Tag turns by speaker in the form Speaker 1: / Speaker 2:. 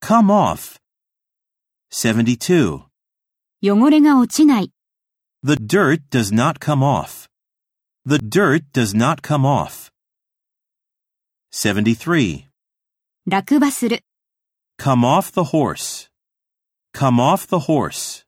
Speaker 1: come off. 72.
Speaker 2: 汚れが落ちない。
Speaker 1: The dirt does not come off. The dirt does not come off. 73.
Speaker 2: 落馬する。
Speaker 1: Come off the horse. Come off the horse.